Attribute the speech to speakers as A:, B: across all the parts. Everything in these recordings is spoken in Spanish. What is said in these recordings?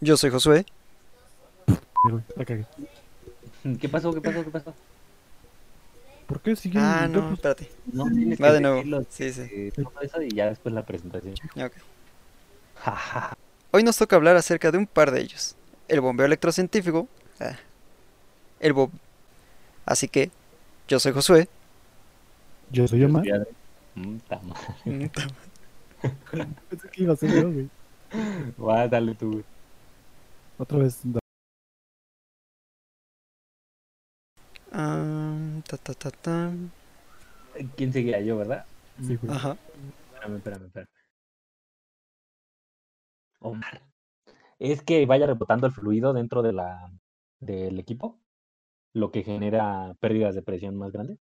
A: Yo soy Josué.
B: güey, la cagué.
C: ¿Qué pasó? ¿Qué pasó? ¿Qué pasó?
B: ¿Por qué sigue?
A: Ah,
B: yo,
A: no,
B: pues,
A: espérate.
C: No, tienes
A: Va
C: que
A: de nuevo.
C: decirlo,
A: Sí, sí.
C: eh, todo eso y ya después la presentación.
A: Ok.
C: Ja, ja, ja.
A: Hoy nos toca hablar acerca de un par de ellos. El bombeo electrocientífico. ah, el bob. Así que, yo soy Josué.
B: yo soy Omar.
C: Ya- Mm, ta madre.
B: Pensé que iba a ser yo, güey.
C: Va, dale tú, güey.
B: Otra vez. da-
A: Am, ta, ta, ta, tam.
C: ¿Quién seguía? Yo, ¿verdad?
B: Sí, güey.
A: Ajá.
C: Espérame, espérame, espérame. Omar. Es que vaya rebotando el fluido dentro de la, del equipo, lo que genera pérdidas de presión más grandes.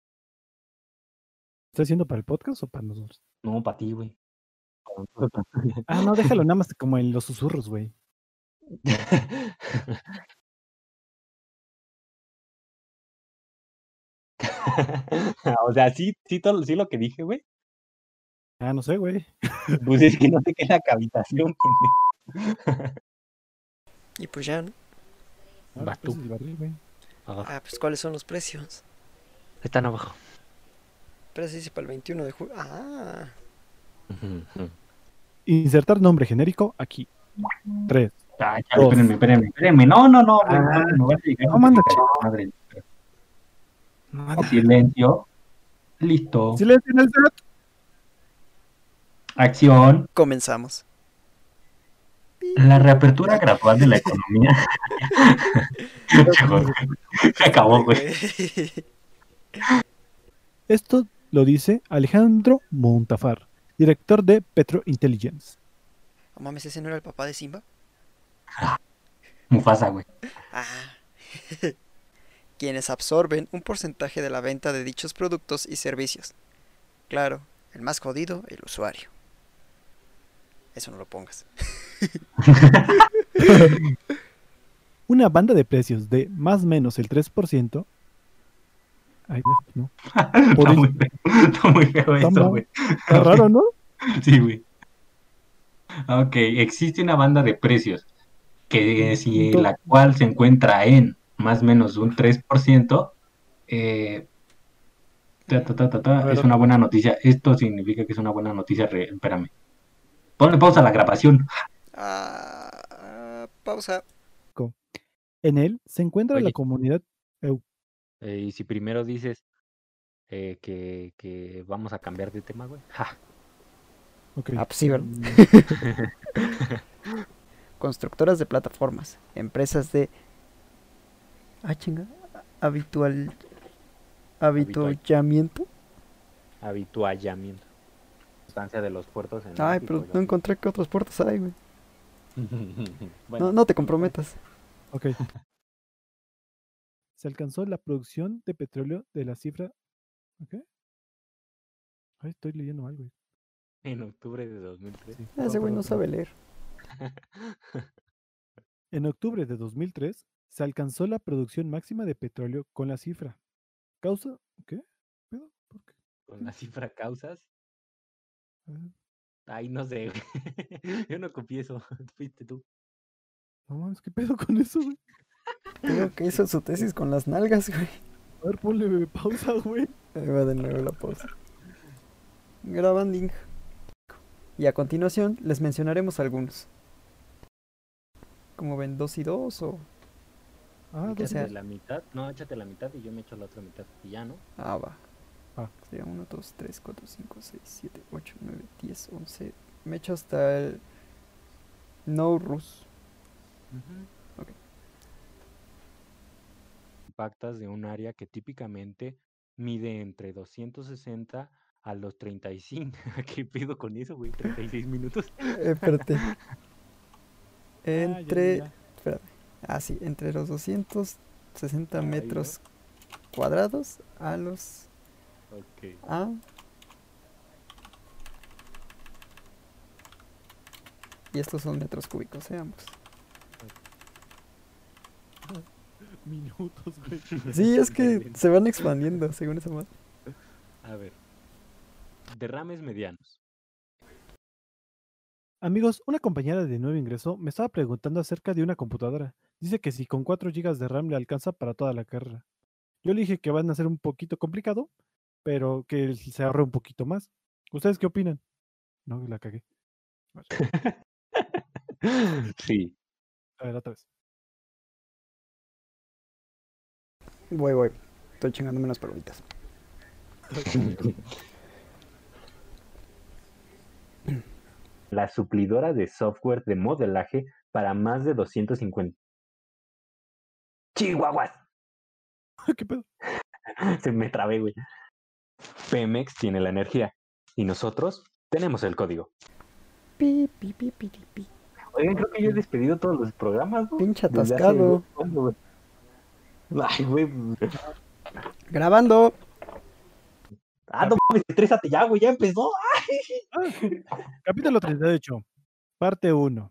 B: ¿Estás haciendo para el podcast o para nosotros?
C: No, para ti, güey. Para nosotros.
B: Ah, no, déjalo nada más como en los susurros, güey.
C: o sea, sí, sí, todo, sí lo que dije, güey.
B: Ah, no sé, güey.
C: Pues es que no sé qué es la cavitación. pendejo.
A: Y pues ya, ¿no?
B: Ah,
C: Vas
B: pues,
C: tú.
B: el barril, güey.
A: Ah, pues ¿cuáles son los precios?
C: Están abajo.
A: Pero sí, sí, para el 21 de julio. Ah.
B: Insertar nombre genérico aquí. Tres.
D: Ah, ya,
B: Dos.
D: espérenme, espérenme, espérenme. No, no, no, güey,
B: Ah,
D: no, no vas a llegar.
B: no, manda
D: Madre, madre. Silencio. Listo.
B: Silencio en el chat.
D: Acción.
A: Comenzamos.
D: La reapertura gradual de la economía. Se acabó, güey.
B: Esto lo dice Alejandro Montafar, director de Petro Intelligence.
A: No mames, ese no era el papá de Simba.
D: Mufasa, güey.
A: Ah. Quienes absorben un porcentaje de la venta de dichos productos y servicios. Claro, el más jodido, el usuario. Eso no lo pongas.
B: Una banda de precios de más o menos el 3%. Ay, no. Por
D: Está
B: eso.
D: muy feo, está muy feo
B: Está
D: esto,
B: mal.
D: güey.
C: Ah,
B: Está raro, ¿no?
D: Sí, güey. Ah, Ok, existe una banda de precios que si
B: Punto.
D: la cual se encuentra en más o menos un 3%, eh, ta, ta, ta, ta, ta,
B: A ver,
D: es una buena noticia. Esto significa que es una buena noticia. re- espérame. Ponle pausa a la grabación.
A: Ah, ah, pausa.
B: En él se encuentra la
C: Oye.
B: comunidad.
C: Eh, y si primero dices eh, que, que vamos a cambiar de tema, güey. Ja.
B: Ok.
A: Ah, pues sí, ¿verdad?
B: Mm,
A: Constructoras de plataformas. Empresas de. Ah, chinga. Habitual. Habituallamiento.
C: Habituallamiento. Estancia de los puertos en
A: Ay,
C: México,
A: pero no encontré que otros puertos hay, güey.
C: yo- Bueno,
A: No, no te comprometas.
B: ok. Se alcanzó la producción de petróleo de la cifra. ¿Ok? Ay, estoy leyendo algo.
C: en octubre de 2003.
A: Ah, Ese güey no sabe leer.
B: En octubre de 2003 se alcanzó la producción máxima de petróleo con la cifra. ¿Causa? ¿Qué? ¿Pedo? ¿Por qué?
C: Con la cifra causas.
B: A ver,
C: Ay, no sé, güey. Yo no copié eso. Fuiste tú.
B: No mames, ¿qué pedo con eso, güey?
A: Creo que hizo su tesis con las nalgas, güey.
B: A ver, ponle güey, pausa, güey.
A: Ahí va de nuevo la pausa. Grabanding. Y a continuación les mencionaremos algunos. Como ven, dos y dos o. ¿Qué
B: Ah, dos
A: pues, sea?
C: Échate la mitad. No, échate la mitad y yo me echo la otra mitad. Y ya, ¿no?
A: Ah, va.
B: Va.
A: Sería 1, 2, 3, 4, 5, 6, 7, 8, 9, 10, 11. Me echo hasta el. No Rus. Ok.
C: Impactas de un área que típicamente mide entre 260 a los 35. ¿Qué pido con eso, güey? 36 minutos.
A: Eh, espérate.
B: Ah, ya, ya,
A: Entre.
B: ya.
A: Ah, sí, entre los 260
C: Ahí va.
A: metros cuadrados a los.
C: Ok.
A: A. Y estos son metros cúbicos, ¿eh? Ambos.
B: Minutos, güey.
A: Sí, es que
C: Excelente.
A: se van expandiendo según esa madre.
C: A ver. Derrames medianos.
B: Amigos, una compañera de nuevo ingreso me estaba preguntando acerca de una computadora. Dice que si con 4 GB de RAM le alcanza para toda la carrera. Yo le dije que van a ser un poquito complicado, pero que se ahorre un poquito más. ¿Ustedes qué opinan? No, la cagué.
C: Sí.
B: A ver, otra vez.
A: Voy, voy. Estoy chingándome unas palomitas.
C: La suplidora de software de modelaje para más de 250. Chihuahuas.
B: ¿Qué pedo?
C: Se me trabé, güey. Pemex tiene la energía y nosotros tenemos el código.
A: Pi, pi, pi, pi, pi, pi.
C: Oigan, creo que yo he despedido todos los programas, ¿no?
A: Pinche
C: Desde hace-
A: atascado.
C: ¿cuándo, güey? Ay, güey.
A: Grabando.
C: Ah, no mames, estrésate ya, güey, ya empezó.
B: Capítulo 38, parte 1.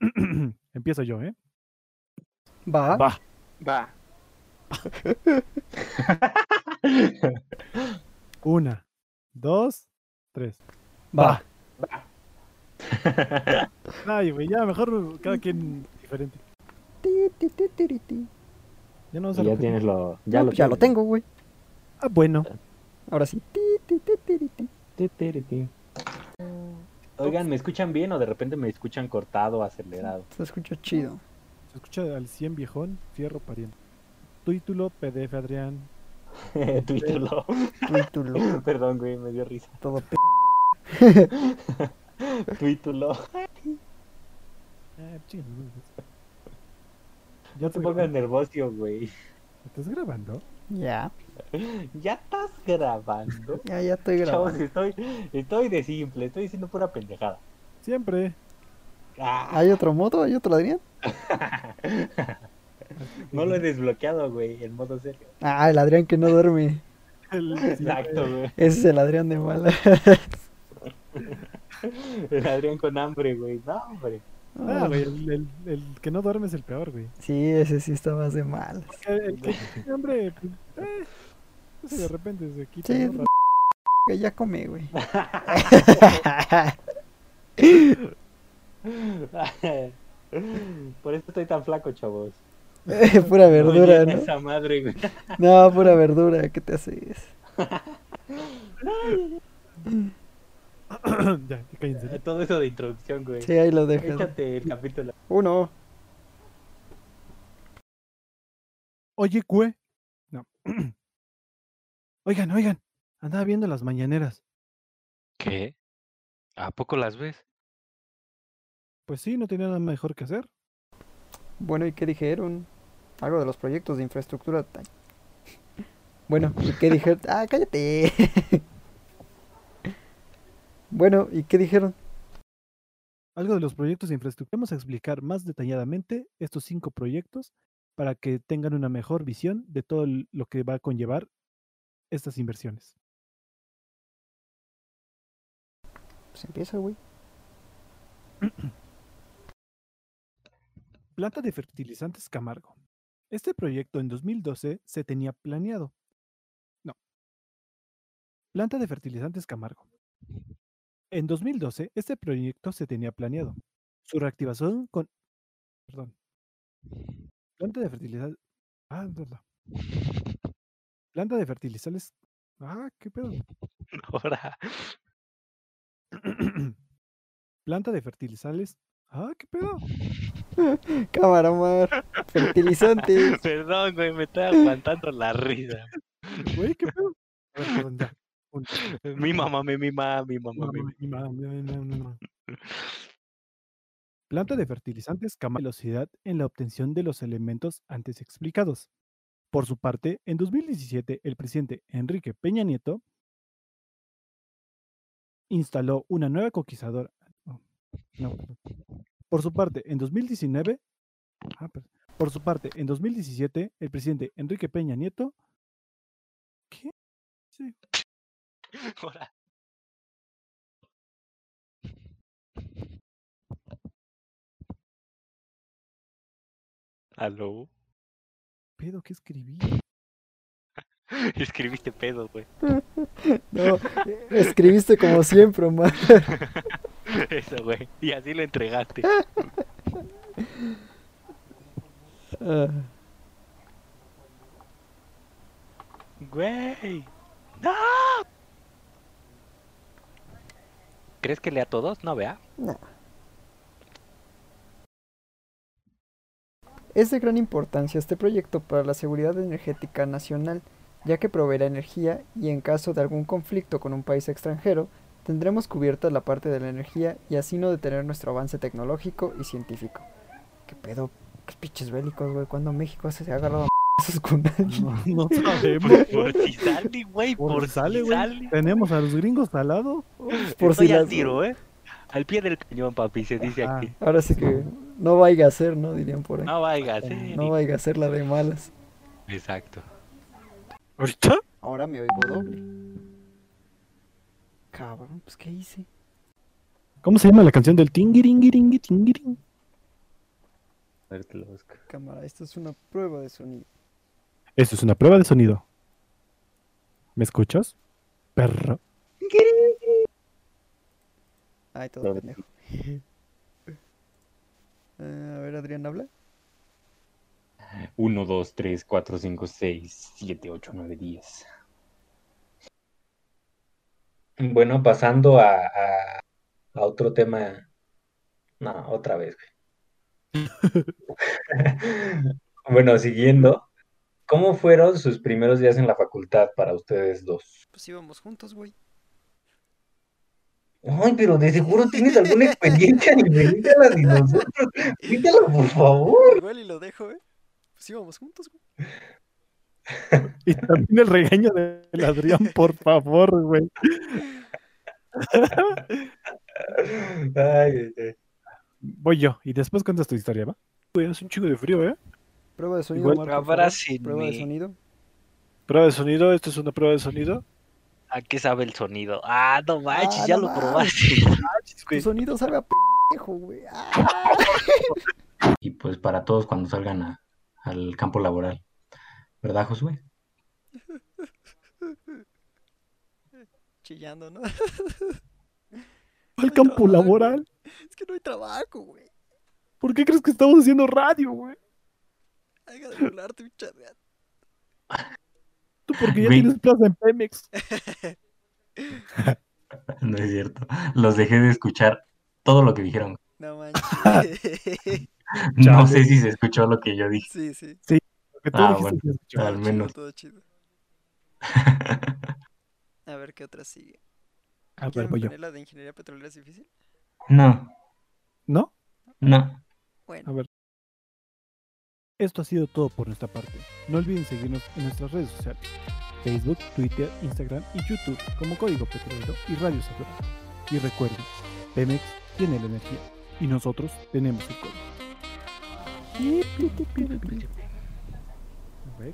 B: Empiezo yo, ¿eh?
A: Va.
B: Va.
E: Va.
B: Una, dos, tres.
A: Va.
B: Ay, güey, ya mejor cada quien diferente.
A: Ti, ti, ti, ti, ti, ti.
B: Ya no vas a
C: Y ya
B: repetir.
C: tienes lo.
A: No, pues Ya lo tengo, güey.
B: Ah, bueno.
A: Ahora sí. Ti, ti, ti, ti, ti, ti.
C: Oigan, ¿me escuchan bien o de repente me escuchan cortado, acelerado?
A: Se escucha chido.
B: Se escucha al 100 viejón, fierro pariente. Título PDF, Adrián.
C: Tuítelo.
A: Tuítulo.
C: Perdón, güey, me dio risa.
A: Todo p...
C: Tuítelo.
B: Ah, chinga, no, no, no. Ya
C: No
B: te
C: te pongas nervioso, güey.
B: ¿Estás grabando?
A: Ya.
C: Ya estás grabando.
A: Ya, ya estoy
C: Chavos,
A: grabando.
C: estoy, estoy de simple, estoy diciendo pura pendejada.
B: Siempre.
C: Ah,
A: ¿Hay otro modo? ¿Hay otro Adrián?
C: no lo he desbloqueado, güey, el modo serio.
A: Ah, el Adrián que no duerme.
B: El- ah,
C: Exacto, güey.
A: Ese es el Adrián de mala.
C: El Adrián con hambre, güey. No, hombre.
B: Ah, güey, el, el- el que no duerme es el peor, güey.
A: Sí, ese sí está más de mal.
B: El, el que tiene hambre, pues, eh, ese de repente se quita.
A: Sí,
B: ¿no?
A: es- Que ya come, güey.
C: Por eso estoy tan flaco, chavos.
A: pura verdura,
C: Oye,
A: ¿no?
C: Esa madre, güey.
A: No, pura verdura, ¿qué te haces?
B: ya, ya cállense.
C: Todo eso de introducción, güey.
A: Sí, ahí lo dejas.
C: Échate el capítulo.
A: Uno.
B: Oye, cue. No. oigan, oigan. Andaba viendo las mañaneras.
E: ¿Qué? ¿A poco las ves?
B: Pues sí, no tenía nada mejor que hacer.
A: Bueno, ¿y qué dijeron? Algo de los proyectos de infraestructura. ta- Bueno, ¿y qué dijeron? Ah, cállate. Bueno, ¿y qué dijeron?
B: Algo de los proyectos de infraestructura. Vamos a explicar más detalladamente estos cinco proyectos para que tengan una mejor visión de todo el- lo que va a conllevar estas inversiones.
A: Pues empieza, güey.
B: Planta de fertilizantes Camargo. Este proyecto en 2012 se tenía planeado. No. Planta de fertilizantes Camargo. En 2012 este proyecto se tenía planeado. Su reactivación con... Perdón. Planta de fertilizantes... Ah, bla, bla. Planta de fertilizantes... Ah, qué pedo.
E: Ahora.
B: Planta de fertilizantes... Ah, qué pedo.
A: Cámara, mar. Fertilizantes.
E: Perdón, güey, me está aguantando la risa.
B: Güey, qué pedo. A ver, perdón, ya. Un-
E: Mi mamá me mima, mi mamá
B: No,
E: me
B: no, mi ma- no, no, no, no. Planta de fertilizantes cama velocidad en la obtención de los elementos antes explicados. Por su parte, en 2017, el presidente Enrique Peña Nieto instaló una nueva coquizadora. oh, no, perdón. Por su parte, en 2019, ah, per- por su parte, en 2017, el presidente Enrique Peña Nieto
E: Ahora. ¿Aló?
B: pedo que escribí.
E: Escribiste pedo, güey.
A: eh, No, escribiste como siempre, Omar.
F: Eso, güey. Y así lo entregaste.
B: Ah,
F: Güey. ¡No! ¿Crees que lea todos? No, vea.
A: Es de gran importancia este proyecto para la seguridad energética nacional, ya que proveerá energía y en caso de algún conflicto con un país extranjero, tendremos cubierta la parte de la energía y así no detener nuestro avance tecnológico y científico. ¿Qué pedo? ¿Qué pinches bélicos, güey? ¿Cuándo México se ha agarrado a madrazos con alguien?
B: No, no sabemos.
F: Por,
B: güey.
F: por si sale, güey.
B: Por
F: Por,
B: si sale,
F: si
B: güey.
F: sale.
B: Tenemos a los gringos al lado.
A: Por
F: Estoy
A: si
F: al
A: las-
F: tiro, ¿eh? Al pie del cañón, papi, se dice
B: Ajá.
F: aquí.
A: Ahora sí que no vaya a ser, ¿no? Dirían por ahí.
F: No vayas,
C: pues
F: eh.
A: No vaya a ser la de malas.
F: Exacto.
A: ¿Ahorita? Ahora me oigo doble. Cabrón, pues ¿qué hice?
B: ¿Cómo se llama la canción del tingiringiringui tingiring?
C: A ver, te lo busco.
A: Cámara, esto es una prueba de sonido.
B: Esto es una prueba de sonido. ¿Me escuchas? Perro.
A: Ay, todo
C: Doble.
A: pendejo. Eh, a ver, Adrián, habla.
C: 1, 2, 3, 4, 5, 6, 7, 8, 9, 10. Bueno, pasando a, a- a otro tema. No, otra vez, güey. bueno, siguiendo. ¿Cómo fueron sus primeros días en la facultad para ustedes dos?
A: Pues íbamos juntos, güey.
C: Ay, pero de seguro tienes alguna experiencia diferente a la de nosotros. Cuéntala, por favor.
A: Igual y lo dejo, ¿eh? Pues íbamos juntos, güey.
B: Y también el regaño del Adrián, por favor, güey.
C: Ay, ay, ay.
B: Voy yo. Y después cuentas tu historia, ¿va? Güey, hace un chingo de frío, ¿eh?
A: Prueba de sonido,
B: Igual-
A: Omar, por
F: Ahora
A: favor.
F: sin
A: Prueba de
F: mí.
A: sonido.
B: Prueba de sonido. Esto es una prueba de sonido.
F: ¿A Ah, qué sabe el sonido? Ah, no manches,
A: Ah,
F: ya
A: no
F: lo
A: mames.
F: probaste.
A: Tu sonido sabe a pendejo, güey. Ah.
C: y pues para todos cuando salgan a- al campo laboral. ¿Verdad, Josué?
A: Chillando, ¿no?
B: Al campo
A: trabajo.
B: laboral.
A: Es que no hay trabajo, güey.
B: ¿Por qué crees que estamos haciendo radio, güey?
A: Haga de burlarte, un charreado.
B: Tú porque ya
C: Güey.
B: tienes plaza en Pemex.
C: No es cierto. Los dejé de escuchar todo lo que dijeron.
A: No manches.
C: No
B: Chale.
C: sé si se escuchó lo que yo dije.
A: sí, sí.
B: Porque tú
C: Ah,
B: dijiste
C: bueno.
B: que escuchaba.
C: Al
A: Todo
C: menos.
A: Chido, todo chido. A ver qué otra sigue.
B: A ver,
A: ¿Quieren
B: voy yo.
A: poner la de ingeniería petrolera es difícil?
C: No,
B: ¿No?
C: no.
A: Bueno,
B: A ver. Esto ha sido todo por nuestra parte. No olviden seguirnos en nuestras redes sociales. Facebook, Twitter, Instagram y YouTube como Código Petrolero y Radio Saturno. Y recuerden, Pemex tiene la energía y nosotros tenemos el código. A ver.